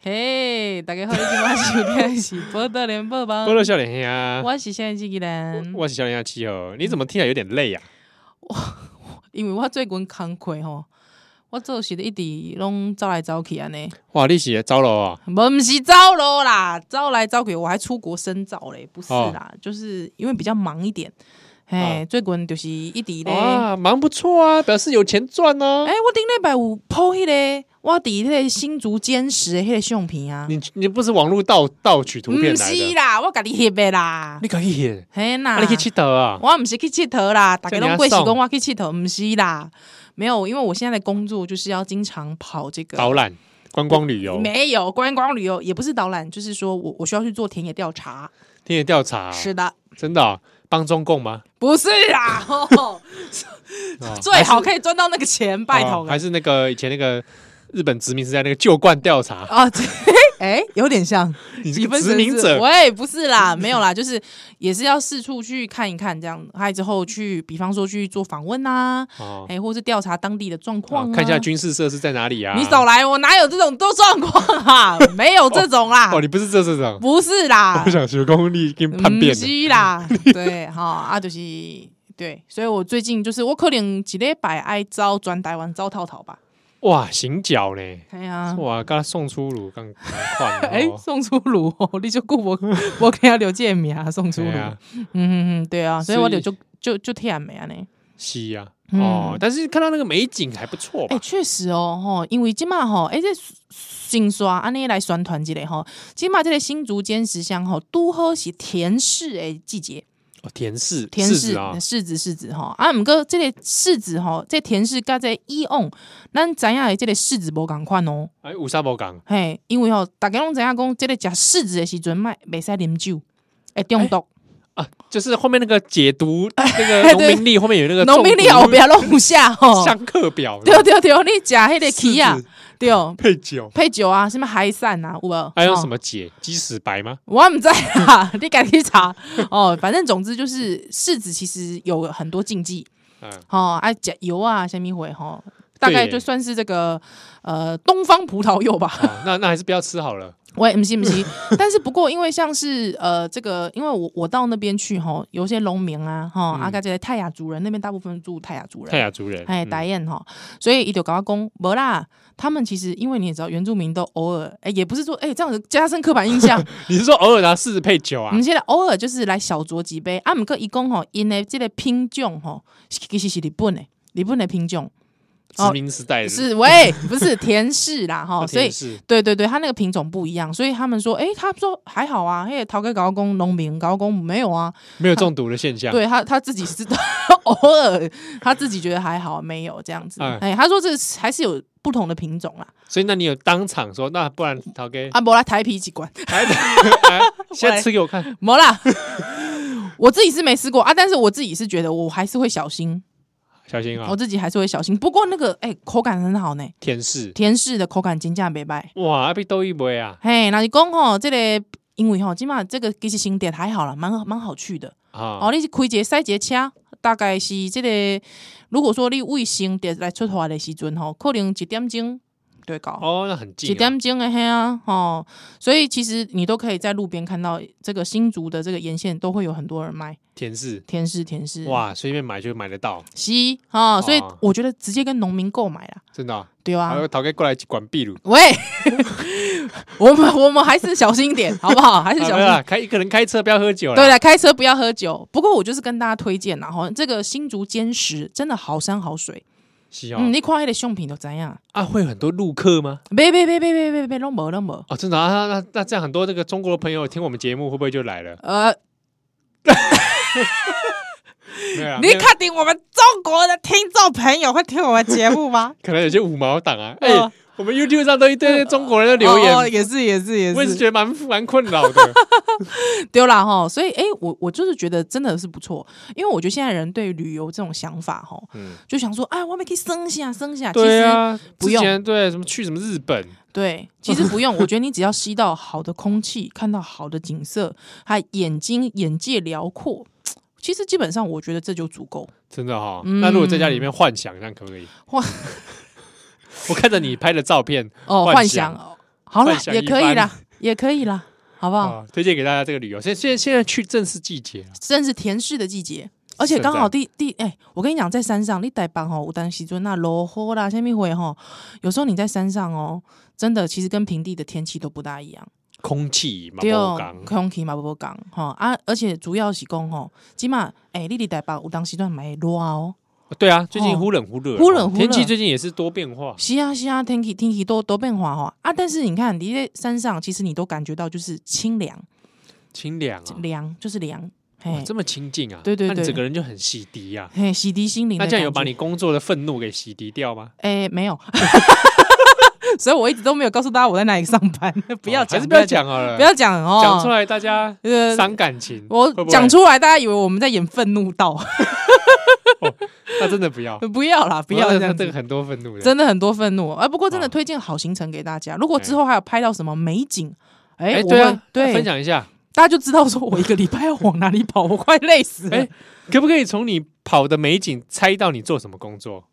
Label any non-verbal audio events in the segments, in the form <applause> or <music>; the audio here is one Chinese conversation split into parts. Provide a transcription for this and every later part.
嘿，大家好，你今晚收听的是《波特联播帮波》，乐笑脸呀，我是现在这个人，我是笑脸呀七哦，嗯你怎么听起来有点累啊呀、因为我最近工课吼，我做事一直拢走来走去安尼，哇，你是糟了哦，无毋是走路啦，走来走去，我还出国深造嘞，不是哦啦，就是因为比较忙一点，嘿，最近就是一直咧，哎、哇，忙不错啊，表示有钱赚呢、啊。我顶礼拜有 po 迄、个，我伫迄个新竹坚实的迄个相片啊，你你不是网络盗盗取图毋片是来的？啦，我家己翕的啦，你可以演，嘿啦，啊、你去佚佗啊？我毋是去佚佗啦，大家叫你拢阿过是送讲我去佚佗，毋是啦，没有，因为我现在的工作就是要经常跑这个导览、观光旅游、没有观光旅游，也不是导览，就是说我我需要去做田野调查，田野调查，是的，真的哦帮、中共吗？不是 <laughs> 啦，哦哦最好可以赚到那个钱，拜哦托还是那个以前那个日本殖民时代那个旧惯调查，啊，这 <laughs> 哎，有点像你几这分个殖民神是者，哦喂，不是啦， <laughs> 没有啦，就是也是要四处去看一看，这样，还有之后去，比方说去做访问啊，哦哎，或是调查当地的状况哦啊，看一下军事设施在哪里啊？你少来，我哪有这种多状况啊？没有这种啦，哦，你不是这这种，不是啦我，想学功力跟啊嗯不叛变了。是啦，对，哈啊，就是对，所以我最近就是我可能一礼拜爱招转台湾招套套吧，哇，行脚呢？哎呀、哇，啊刚送出炉，刚快 <laughs> 哎、宋楚儒、哦，你就顾我，我给他留这个名宋楚儒，对啊，嗯嗯嗯，对啊，所以我所就以就就就忝的安尼。西呀，嗯哦，但是看到那个美景还不错哎、吧？确实哦，吼，因为即马吼，哎、这新刷安尼来宣传一下吼，即马这个新竹坚石乡吼，拄好是甜柿的季节，哦，田氏，甜柿柿嗯子啊，柿子柿子吼，啊，毋过这个柿子吼，这甜柿甲这伊翁，咱知影的这个柿子无共款哦，哎，五沙堡港，嘿，因为吼，大家拢知影讲，这个食柿子的时阵，卖袂使啉酒，会中毒。就是后面那个解读 <laughs> 那个农民历后面有那个农民历后哎中毒壁拢有写吼，相克表，对对对，你食迄个柿起啊子，对，配酒，配酒啊，什么海sản啊，有无？还有吼什么解鸡屎白吗？我唔知啦， <laughs> 你家己查哦。反正总之就是柿子其实有很多禁忌嗯，哦，爱加油啊，虾米回哈，大概对就算是这个呃东方葡萄柚吧。 <laughs> 哦，那那还是不要吃好了。喂，唔行唔行，但是不过因为像是呃这个，因为我我到那边去哈，有些农民啊哈，啊加这个泰雅族人那边大部分住泰雅族人，嗯泰雅族人，哎，嗯达燕哈，所以伊就跟我讲，无啦，他们其实因为你也知道，原住民都偶尔，哎、也不是说，哎、这样子加深刻板印 <laughs> 象，你是说偶尔拿柿子配酒啊我？们现在偶尔就是来小酌几杯。啊，毋过伊讲吼，因的这个品种吼，其实是日本的，日本的品种殖民时代的哦是喂，不 <laughs> 是田氏啦哈，哦所以田。氏对对对，他那个品种不一样，所以他们说，哎，他说还好啊，嘿，陶哥高工农民高工没有啊，没有中毒的现 <laughs> 象。对他他自己知道，偶尔他自己觉得还好，没有这样子。哎哎，他说这还是有不同的品种啦，所以那你有当场说，那不然陶哥啊，无啦，台啤几罐， <laughs> 来，来现在吃给我看。无啦， <laughs> 我自己是没吃过啊，但是我自己是觉得我还是会小心，小心啊、我自己还是会小心。不过那个哎、口感很好呢，甜柿，甜柿的口感真正袂歹。哇，阿比豆一杯啊，嘿，那是讲吼，这个因为吼，即码这个其实新店还好啦，蛮蛮好去的。啊，哦，你是开一个塞一个车，大概是这个，如果说你卫新店来出发的时阵吼，可能一点钟对到。哦，那很近、几啊，点钟的嘿啊，哦，所以其实你都可以在路边看到这个新竹的这个沿线都会有很多人卖甜柿，甜食甜食，哇，随便买就买得到，西啊，所以哦我觉得直接跟农民购买啦，真的、啊。对吧、还有陶哥过来管秘鲁，喂， <laughs> 我们我们还是小心一点，好不好？还是啊小没心有。啦开一个人开车不要喝酒了。对了，开车不要喝酒。不过我就是跟大家推荐啦，哈，这个新竹坚石真的好山好水。是哦、嗯，你看那个相片都怎样？啊，会有很多路客吗？别别别别别别别，拢无拢无。哦，真的啊，那那那这样很多那个中国的朋友听我们节目会不会就来了？呃，没有啦？你，确定我们中国的听众朋友会听我们节目吗可能有些五毛党啊，哎、哦我们 YouTube 上都一堆中国人的留言，哦哦也是也是也我也是是，觉得蛮蛮困扰的。对啦哈，所以哎、诶我我就是觉得真的是不错，因为我觉得现在人对旅游这种想法哈，嗯，就想说，哎，我们可以生下生下，其对实、啊，不之用前对什么去什么日本，对，其实不用，我觉得你只要吸到好的空气，看到好的景色，还眼睛眼界辽阔，其实基本上我觉得这就足够。真的哈、嗯那如果在家里面 <laughs> 幻想，这样可不可以？幻， <laughs> 我看着你拍的照片，哦，幻幻想想哦好啦幻，想也一可以番啦，也可以啦，好不好？啊，推荐给大家这个旅游。现现在现在去正是季节了，啊正是甜柿的季节，而且刚好第第哎、我跟你讲，在山上你带班吼，有当时阵那落雨啦，下面回吼，有时候你在山上哦，真的其实跟平地的天气都不大一样，空气嘛，对哦不刚，空气嘛不不讲吼啊，而且主要是讲吼，起码哎，你伫台北有当时阵蛮热哦，对啊，最近哦忽冷忽热了，忽冷忽热天气最近也是多变化。是啊是啊，天气天气都都变化吼啊，但是你看你在山上，其实你都感觉到就是清凉，清凉啊，凉就是凉，哇嘿，这么清静啊，对对那你对整个人就很洗涤呀。嘿，洗涤心灵的感那觉。这样有把你工作的愤怒给洗涤掉吗？哎、没有， <laughs> 所以我一直都没有告诉大家我在哪里上班。 <laughs> 不要哦还讲，是不要，讲好了，不要讲哦，讲出来，大家呃伤感情。会我不会哦讲出来，大家以为我们在演愤怒道，那真的不要， <laughs> 不要啦，不要这那样这个子。很多愤怒的。真的很多愤怒啊！不过真的哦推荐好行程给大家。如果哎之后还有拍到什么美景，哎、哎，我对会啊，分对，享一下，大家就知道说我一个礼拜要往哪里跑，我快累死了。 <laughs> 哎可不可以从你跑的美景猜到你做什么工作？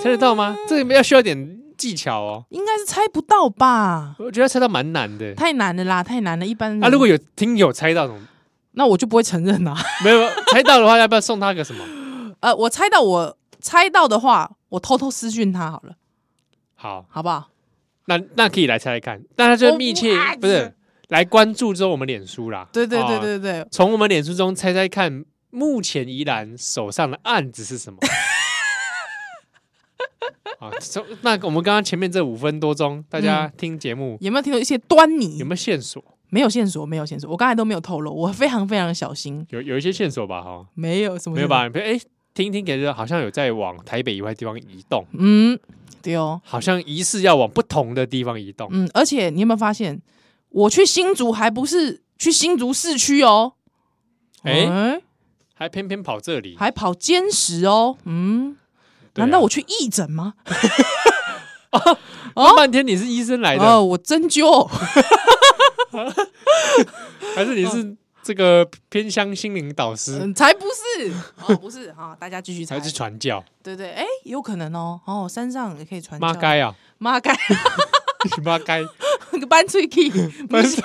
猜得到吗？这个要需要点技巧哦，应该是猜不到吧？我觉得猜到蛮难的。太难了啦，太难了。一般人啊，如果有听友猜到什么，那我就不会承认啦。 <laughs> 没有 <laughs> 猜到的话，要不要送他个什么？呃，我猜到我猜到的话，我偷偷私讯他好了，好，好不好？那那可以来猜猜看，大家就我密不切爱不是来关注之后我们脸书啦。对对对哦对对，从我们脸书中猜猜看，目前宜兰手上的案子是什么？啊，从那我们刚刚前面这五分多钟，大家听节目、有没有听到一些端倪？有没有线索？没有线索，没有线索，我刚才都没有透露，我非常非常小心，有有一些线索吧，哈，没有什么没有？吧？比如哎，听听，感觉好像有在往台北以外地方移动，嗯，对哦，好像疑似要往不同的地方移动。嗯，而且你有没有发现，我去新竹还不是去新竹市区哦，哎哎还偏偏跑这里，还跑坚石哦，嗯，对啊难道我去义诊吗？问半天你是医生来的，哦，我针灸，还是你是这个偏乡心灵导师，嗯才不是，哦，不是啊，大家继续猜还，是传教？对对，哎，有可能哦，哦，山上也可以传教妈，该啊， <laughs> 妈该， <laughs> 你妈该！个班吹 key， <laughs> 班不是 <laughs>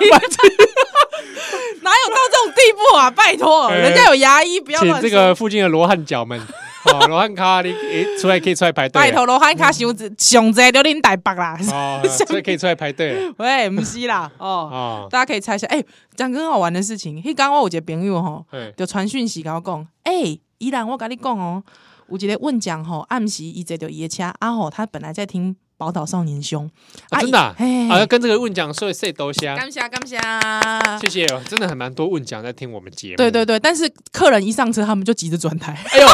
哪有到这种地步啊？拜 <laughs> 托，呃人家有牙医，不要请乱这说个附近的罗汉脚们，哦， <laughs> 罗汉咖喱，诶，出来可以出来排队，拜托，罗汉卡熊子熊仔就恁台北啦，啊嗯 <laughs> 哦，所以可以出来排队喂，不是啦，哦，啊，大家可以猜一下，哎，讲个很好玩的事情，迄刚我有一个朋友吼，对，就传讯息跟我讲，哎，依然我跟你讲哦，有一个问讲吼，暗时伊坐着伊的车，啊吼，他本来在听《宝岛少年兄》啊啊，真的啊嘿啊，要跟这个问讲说谁都啊香，感谢感谢， <laughs> 谢谢哦，真的很蛮多问讲在听我们节目，对 <laughs> 对，对，但是客人一上车，他们就急着转台。哎呦，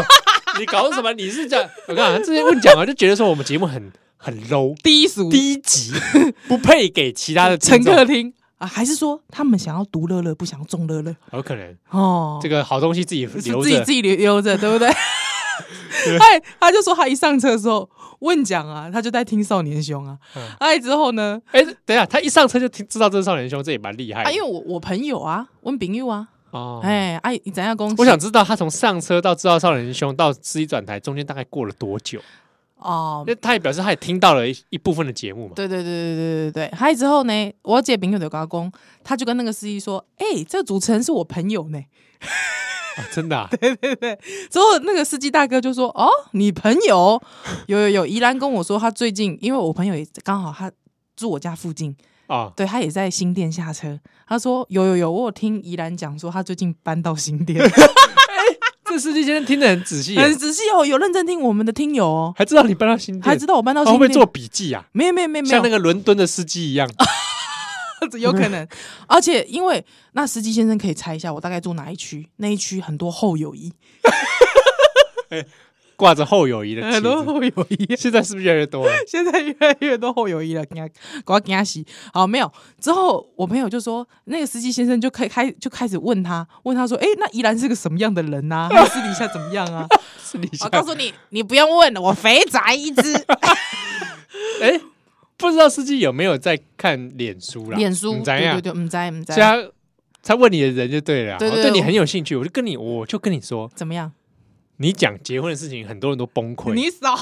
你搞什么？你是讲，我看啊这些问讲啊，就觉得说我们节目很很 low，低俗低级，不配给其他的嗯听乘众客，听啊，还是说他们想要独乐乐，不想要众乐乐？有可能哦，这个好东西自己是留自己着自，己留留着，对不对？哎，他就说他一上车的时候问讲啊，他就在听少年兄啊嗯，哎、之后呢，哎，等一下，他一上车就听知道这是少年兄，这也蛮厉害啊，的，因为我我朋友啊，温炳佑啊，哎哦哎、哎、你怎样公司？我想知道他从上车到知道少年兄到司机转台中间大概过了多久？哦。那他也表示他也听到了一一部分的节目嘛。对对对对对对对，还有之后呢，我姐朋友的高工，他就跟那个司机说：“哎、这个主持人是我朋友呢。”啊 <laughs> 真的啊，之后那个司机大哥就说：“哦，你朋友有有有，宜兰跟我说他最近，因为我朋友也刚好他住我家附近，啊对他也在新店下车。他说有有有，我有听宜兰讲说他最近搬到新店，这司机今天听得很仔细耶，很仔细哦，有认真听我们的听友哦，还知道你搬到新还店知，道我搬到他新会不会店。做笔记啊？没有没有没有没像那有，个伦敦的司机一 <laughs> 样，有可能。 <laughs> 而且因为那司机先生可以猜一下我大概住哪一区，那一区很多后友 <laughs> 谊，挂着后友谊哎的旗子。后友谊现在是不是越来 <laughs> 越多了？现在越来越多后友谊了， <laughs> 给他给我给他洗。好，没有之后，我朋友就说，那个司机先生就开开就开始问他，问他说，哎、那宜兰是个什么样的人呐、他私底下怎么样啊？是你 <laughs> 我想告诉你，你不用问了，我肥宅一 <laughs> 只。哎，不知道司机有没有在看脸书啦？脸书，你怎对样对？对，嗯，在嗯所以在，他他问你的人就对了啊，对我对对你我很有兴趣，我就跟你我就跟你说，怎么样？你讲结婚的事情，很多人都崩溃， <laughs> 你少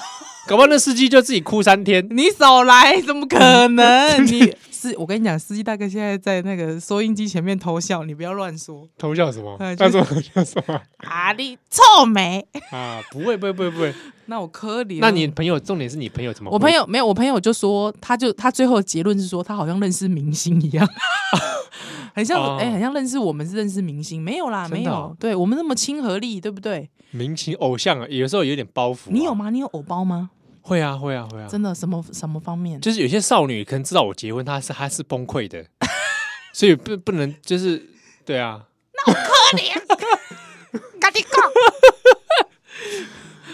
搞不好那司机就自己哭三天。你少来，怎么可嗯 <laughs> 能？你司，我跟你讲，司机大哥现在在那个收音机前面偷笑，你不要乱说。偷笑什么？哎他就是说 <laughs> 偷笑什么啊，你臭美，啊？不会，不会，不会，不会。那我可怜。那你朋友，重点是你朋友怎么回？我朋友没有，我朋友就说，他就他最后的结论是说，他好像认识明星一样， <laughs> 很像哦哎、很像认识我们是认识明星，没有啦，真没的哦有，对我们那么亲和力，对不对？明星偶像啊，有时候有点包袱啊。你有吗？你有偶包吗？会啊，会啊，会啊。真的什么什么方面？就是有些少女可能知道我结婚，她是她是崩溃的，所以不不能就是对啊，跟你讲，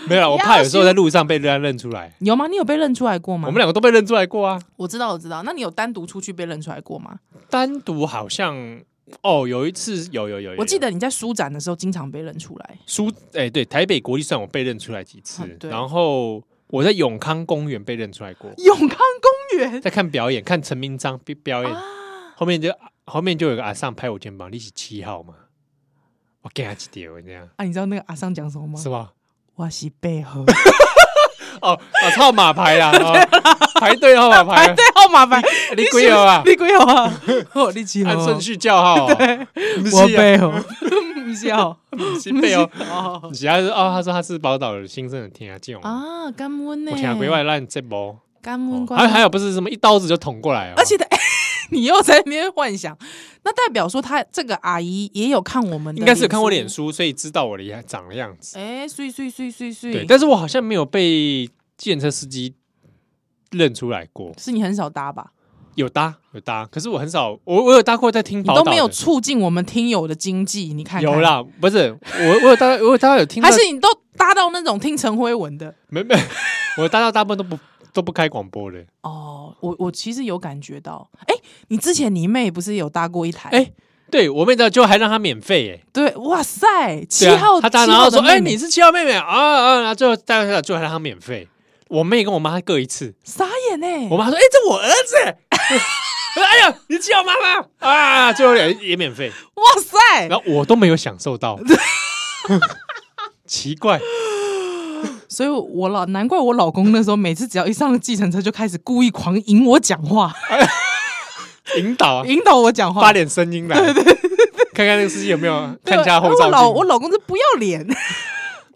没有啦，我怕有时候在路上被人家认出来， <laughs> 有吗？你有被认出来过吗？我们两个都被认出来过啊。我知道，我知道。那你有单独出去被认出来过吗？单独好像哦，有一次有有有有，我记有得你在书展的时候经常被认出来。苏哎、对，台北国际算我被认出来几次，嗯对然后我在永康公园被认出来过， <laughs> 永康公园在看表演，看陈明章表表啊演，后面就后面就有个阿尚拍我肩膀，你是七号嘛，我给他几点这样啊，你知道那个阿桑讲什么吗是？吧？我是贝和 <laughs> 哦，哦，号码牌 <laughs> 啦，哦、排队号码牌，哎对号码牌，你是 <laughs> 不鬼是友啊，你鬼友 <laughs> 啊，哦，你几号按啊顺？序叫号、哦，不是啊我贝 <laughs> 和，不笑不是背哦。哦其他是哦，他说他是宝岛的新生的天啊，这种啊，干温呢？我听国外烂这波，干温哦关还，还有不是什么一刀子就捅过来、哦，而且的。 <laughs> 你又在那边幻想，那代表说他这个阿姨也有看我们的，应该是有看我脸。书，所以知道我的样长的样子。哎，碎碎碎碎对，碎，但是我好像没有被电车司机认出来过，是你很少搭吧？有搭有搭，可是我很少，我我有搭过在听你宝岛都的，没有促进我们听友的经济，你看看有，啦，不是我我有搭我有搭有听到，还是你都搭到那种听陈辉文的？没 <laughs> 没，我搭到大部分都不都不开广播的。哦，我我其实有感觉到，哎、你之前你妹不是有搭过一台？哎对我妹知道，就还让她免费哎、对，哇塞，七对啊号，她搭，七然号后的说：“哎、妹妹你是七号妹妹啊啊！”然后最后搭下来，最后还让她免费。我妹跟我妈各一次，傻眼哎、我妈说：“哎、这我儿 <laughs> 子。”哎呀，你叫妈妈啊！最后也也免费，哇塞，然后我都没有享受 <laughs> 到，奇怪，所以我老难怪我老公那时候每次只要一上了计程车就开始故意狂引我讲话，引导啊，引导我讲发话。点声音来，看看那个司机有没有看一下对后哎我照老我镜。老公是不要脸，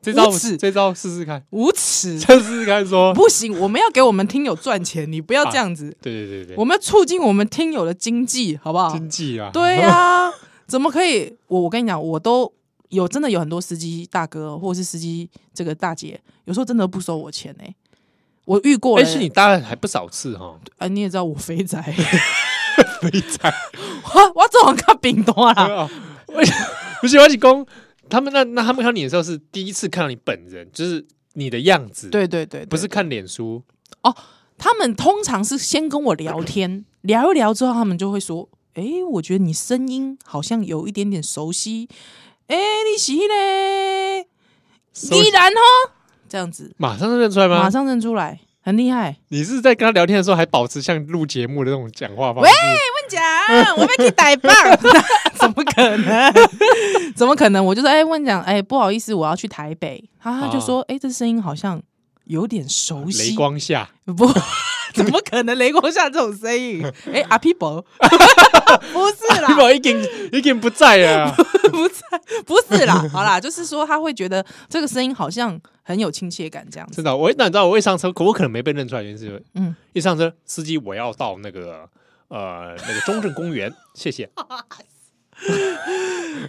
这招无耻这招试试看，无耻，这试试看说， <laughs> 不行，我们要给我们听友赚钱，你不要这样子，对对对对我，们要促进我们听友的经济，好不好？经济啊，哦对呀、 <laughs> 怎么可以？我我跟你讲，我都有真的有很多司机大哥或者是司机这个大姐，有时候真的不收我钱哎、我遇过了、哎，是你搭了还不少次哈， <laughs> 啊，你也知道我肥宅，肥 <laughs> 仔， <laughs> 我我总看饼多啊啦。我 <laughs> 不是我是讲，他们那那他们看你的时候是第一次看到你本人，就是你的样子，，对对对对不是看脸书，他们通常是先跟我聊 <coughs> 天，聊一聊之后，他们就会说：“哎、我觉得你声音好像有一点点熟悉，哎、你是嘞，熟依悉然哦，这样子，马上就认出来吗马？上认出来，很厉害。”你是在跟他聊天的时候还保持像录节目的那种讲话方式？讲，我被你逮棒， <laughs> 怎么可能？怎么可能？我就说，哎、问讲，哎、不好意思，我要去台北。他他就说，哎、这声音好像有点熟悉。啊雷 <laughs> 光下，不，怎么可能？雷光下这种声音，哎、阿皮 <laughs> 伯不是你啦，宝已经已经不在了啊，啊 <laughs> 不是不是啦，好啦，就是说他会觉得这个声音好像很有亲切感这样子。真的。我那你知道我一上车，可我可能没被认出来，原因是因为嗯，一上车司机我要到那个呃那个中正公园，谢 <laughs> 谢。啊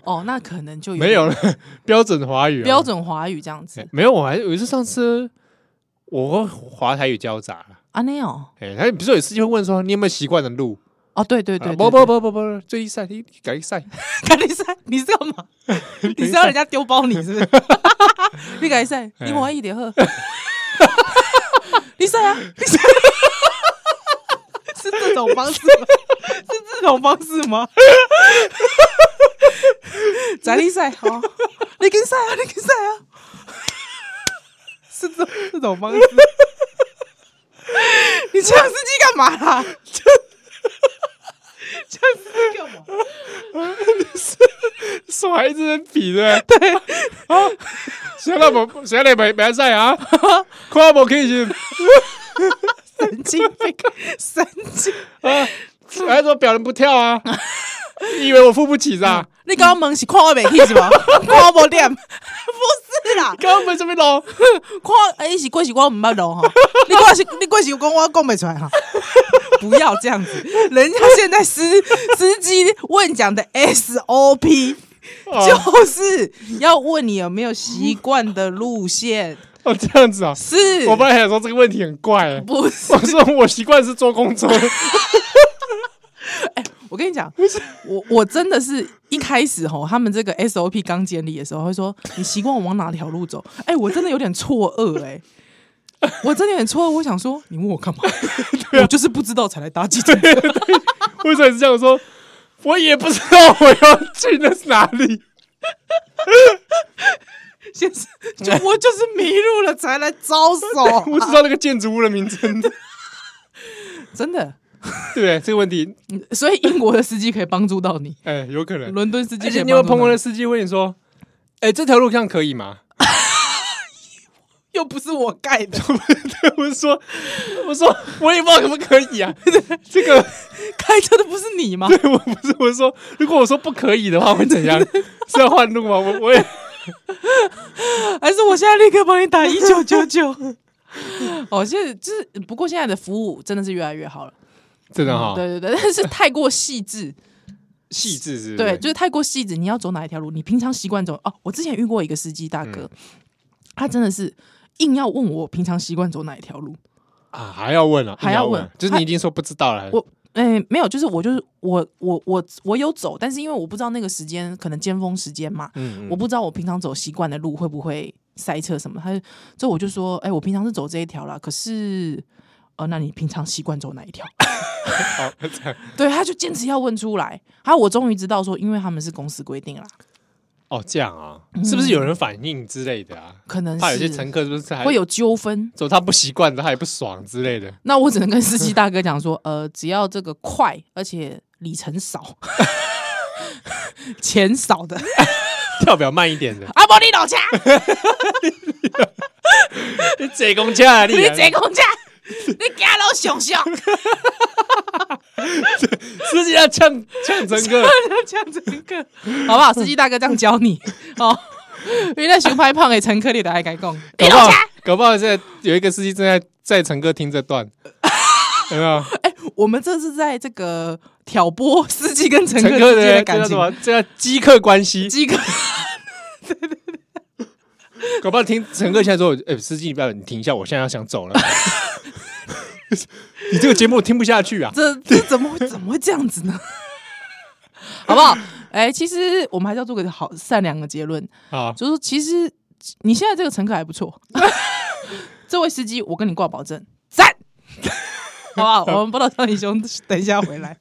哦，那可能就没有了， <laughs> 标准华语啊，标准华语这样哎子 <laughs> 没有，我还有一次上车，我和华台语交杂了。啊，那哦，哎、他比如说有司机会问说，你有没有习惯的路？哦，对对对，啊不不，不不不，最一赛，你改 <laughs> 一赛，卡利赛，你是干 <laughs> 嘛？你是要人家丢包你是不是？你改赛，你我一点喝。 <laughs> 你赛啊，你赛，是这种方式吗？是这种方式吗？咱你赛好，你跟赛啊，你跟赛啊，是这这种方式。你呛司机干嘛啦？呛司机干嘛？ <laughs> 耍一直在比对不对？对啊，谁来无谁来袂袂使 <laughs> 啊？看无开心神经病，神经。 <laughs> 啊！还说表人不跳啊？你以为我付不起 <laughs> 咋？你刚刚问是看我袂起是吗？看我无点，不是啦，刚刚没这边 <laughs> 咯，看哎、是过是我毋捌路哈，你过是你过是有讲我讲袂出来哈，不要这样子，人家现在司司机问讲的 SOP 啊 <laughs> 就是要问你有没有习惯的路 <laughs> 线，哦这样子 <laughs> 啊。是我本来想说这个问题很怪欸，不是我？说我习惯是坐公车，我跟你讲，我我真的是一开始吼，他们这个 SOP 刚建立的时候，会说你习惯我往哪条路走？哎、我真的有点错愕哎、我真的有点错愕，我想说你问我 <laughs> 干嘛？啊我就是不知道才来搭计程车。 <laughs> 为什么是这样说？我也不知道我要去的是哪里。先 <laughs> 是就我就是 <laughs> 迷路了才来招手，我知道那个建筑物的名称，真的。对这个问题，所以英国的司机可以帮助到你，哎，有可能。伦敦司机而可且以你有没有帮碰助到过那你，司机问你说：“哎，这条路上可以吗又不 <laughs> 是我盖的，？” <laughs> 我是说，我说我也不知道可不可以啊。 <laughs> 这个开车的不是你吗？我不是我是说，如果我说不可以的话会怎样？ <laughs> 是要换路吗？我我也还是我现在立刻帮你打一九九九？ <laughs> 哦，现在就是，不过现在的服务真的是越来越好了，真的哈，对对对，但是太过细致，细致是不是对，就是太过细致。你要走哪一条路？你平常习惯走哦。我之前遇过一个司机大哥，他真的是硬要问我平常习惯走哪一条路，啊，还要问啊，还要问一定就是你已经说不知道了。我哎、没有，就是我就是我我我我有走，但是因为我不知道那个时间可能尖峰时间嘛，嗯我不知道我平常走习惯的路会不会塞车什么。他就所以我就说，哎、我平常是走这一条啦，可是呃，那你平常习惯走哪一条？ <laughs> 好，这样对，他就坚持要问出来。还有我终于知道说，因为他们是公司规定啦，哦，这样啊，是不是有人反应之类的啊？可能怕有些是乘客是不是还会有纠纷。走他不习惯的，他也不爽之类的。那我只能跟司机大哥讲说，呃，只要这个快，而且里程少， <laughs> 钱少的，，跳表慢一点的阿伯你 <laughs> 老家，你坐公车啊，<laughs> 你你坐公车，你行路上上，司机要呛呛乘客，这样子一个， <laughs> 好不好？司机大哥这样教你哦。因为那熊拍胖的乘客，你都爱该讲， <laughs> 你搞不老好家。搞不好现在有一个司机正在在乘客听这段， <laughs> 有没有？我们这是在这个挑拨司机跟乘乘客客之间的啊的这感叫什情。么？这叫机客关系。鸡哥，搞不好听乘客现在说：“哎、司机，你不要，你停一下，我现在要想走了。” <laughs> <laughs> 你这个节目我听不下去啊！ <laughs> 这这怎么会怎么会这样子呢？好不好？哎、其实我们还是要做个好善良的结论，啊，就是说其实你现在这个乘客还不错， <laughs> 这位 <laughs> 司机我跟你挂保证，赞，好不好？我们报道少女兄，等一下回来。